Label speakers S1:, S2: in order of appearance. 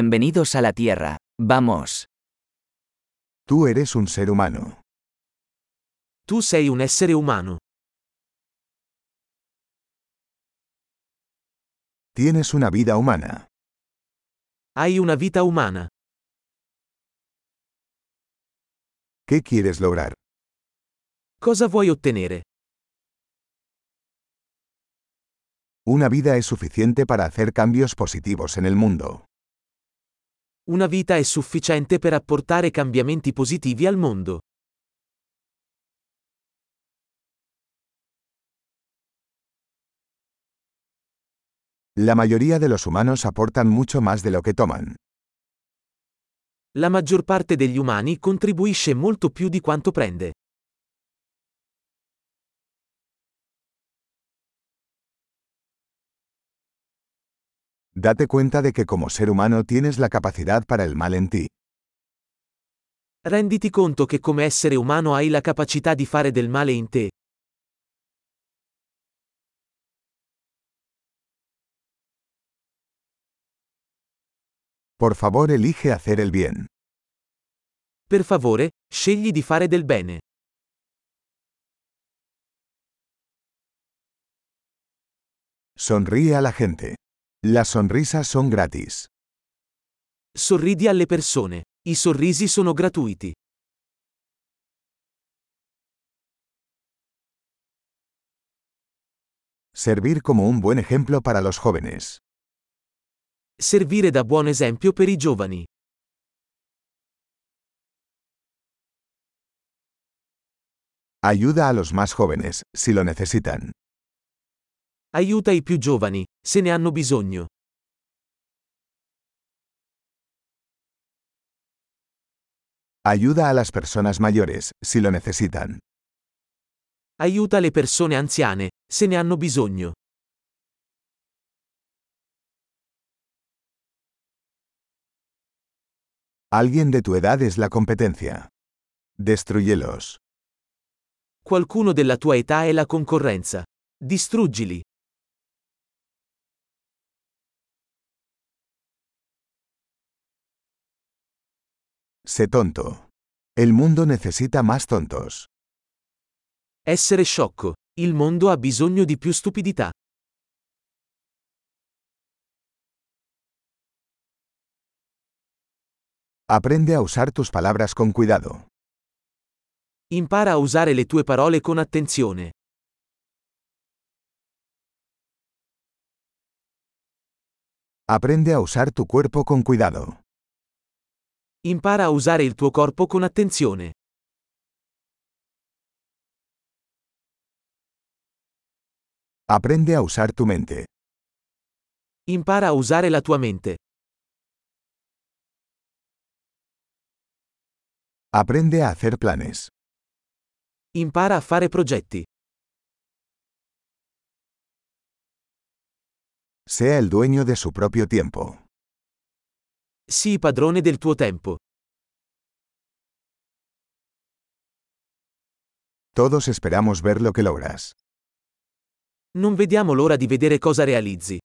S1: Bienvenidos a la Tierra. Vamos.
S2: Tú eres un ser humano.
S3: Tu sei un essere umano.
S2: Tienes una vida humana.
S3: Hai una vita umana.
S2: ¿Qué quieres lograr?
S3: Cosa vuoi ottenere?
S2: Una vida es suficiente para hacer cambios positivos en el mundo.
S3: Una vita è sufficiente per apportare cambiamenti positivi al mondo.
S2: La mayoría de los humanos aportan mucho más de lo que toman.
S3: La maggior parte degli umani contribuisce molto più di quanto prende.
S2: Date cuenta de que como ser humano tienes la capacidad para el mal en ti.
S3: Renditi conto che come essere umano hai la capacità di fare del male in te.
S2: Por favor, elige hacer el bien.
S3: Per favore, scegli di fare del bene.
S2: Sonríe a la gente. Las sonrisas son gratis.
S3: Sorridi alle persone. I sorrisi sono gratuiti.
S2: Servir como un buen ejemplo para los jóvenes.
S3: Servire da buon esempio per i giovani.
S2: Ayuda a los más jóvenes, si lo necesitan.
S3: Aiuta i più giovani, se ne hanno bisogno.
S2: Ayuda a las personas mayores, si lo necesitan.
S3: Aiuta le persone anziane, se ne hanno bisogno.
S2: Alguien de tu edad es la competencia. Destruyelos.
S3: Qualcuno della tua età è la concorrenza. Distruggili.
S2: Sé tonto. El mundo necesita más tontos.
S3: Essere sciocco. Il mondo ha bisogno di più stupidità.
S2: Aprende a usar tus palabras con cuidado.
S3: Impara a usare le tue parole con attenzione.
S2: Aprende a usar tu cuerpo con cuidado.
S3: Impara a usare il tuo corpo con attenzione.
S2: Aprende a usar tu mente.
S3: Impara a usare la tua mente.
S2: Aprende a hacer planes.
S3: Impara a fare progetti.
S2: Sea el dueño de su propio tiempo.
S3: Sii padrone del tuo tempo.
S2: Todos esperamos ver lo que logras.
S3: Non vediamo l'ora di vedere cosa realizzi.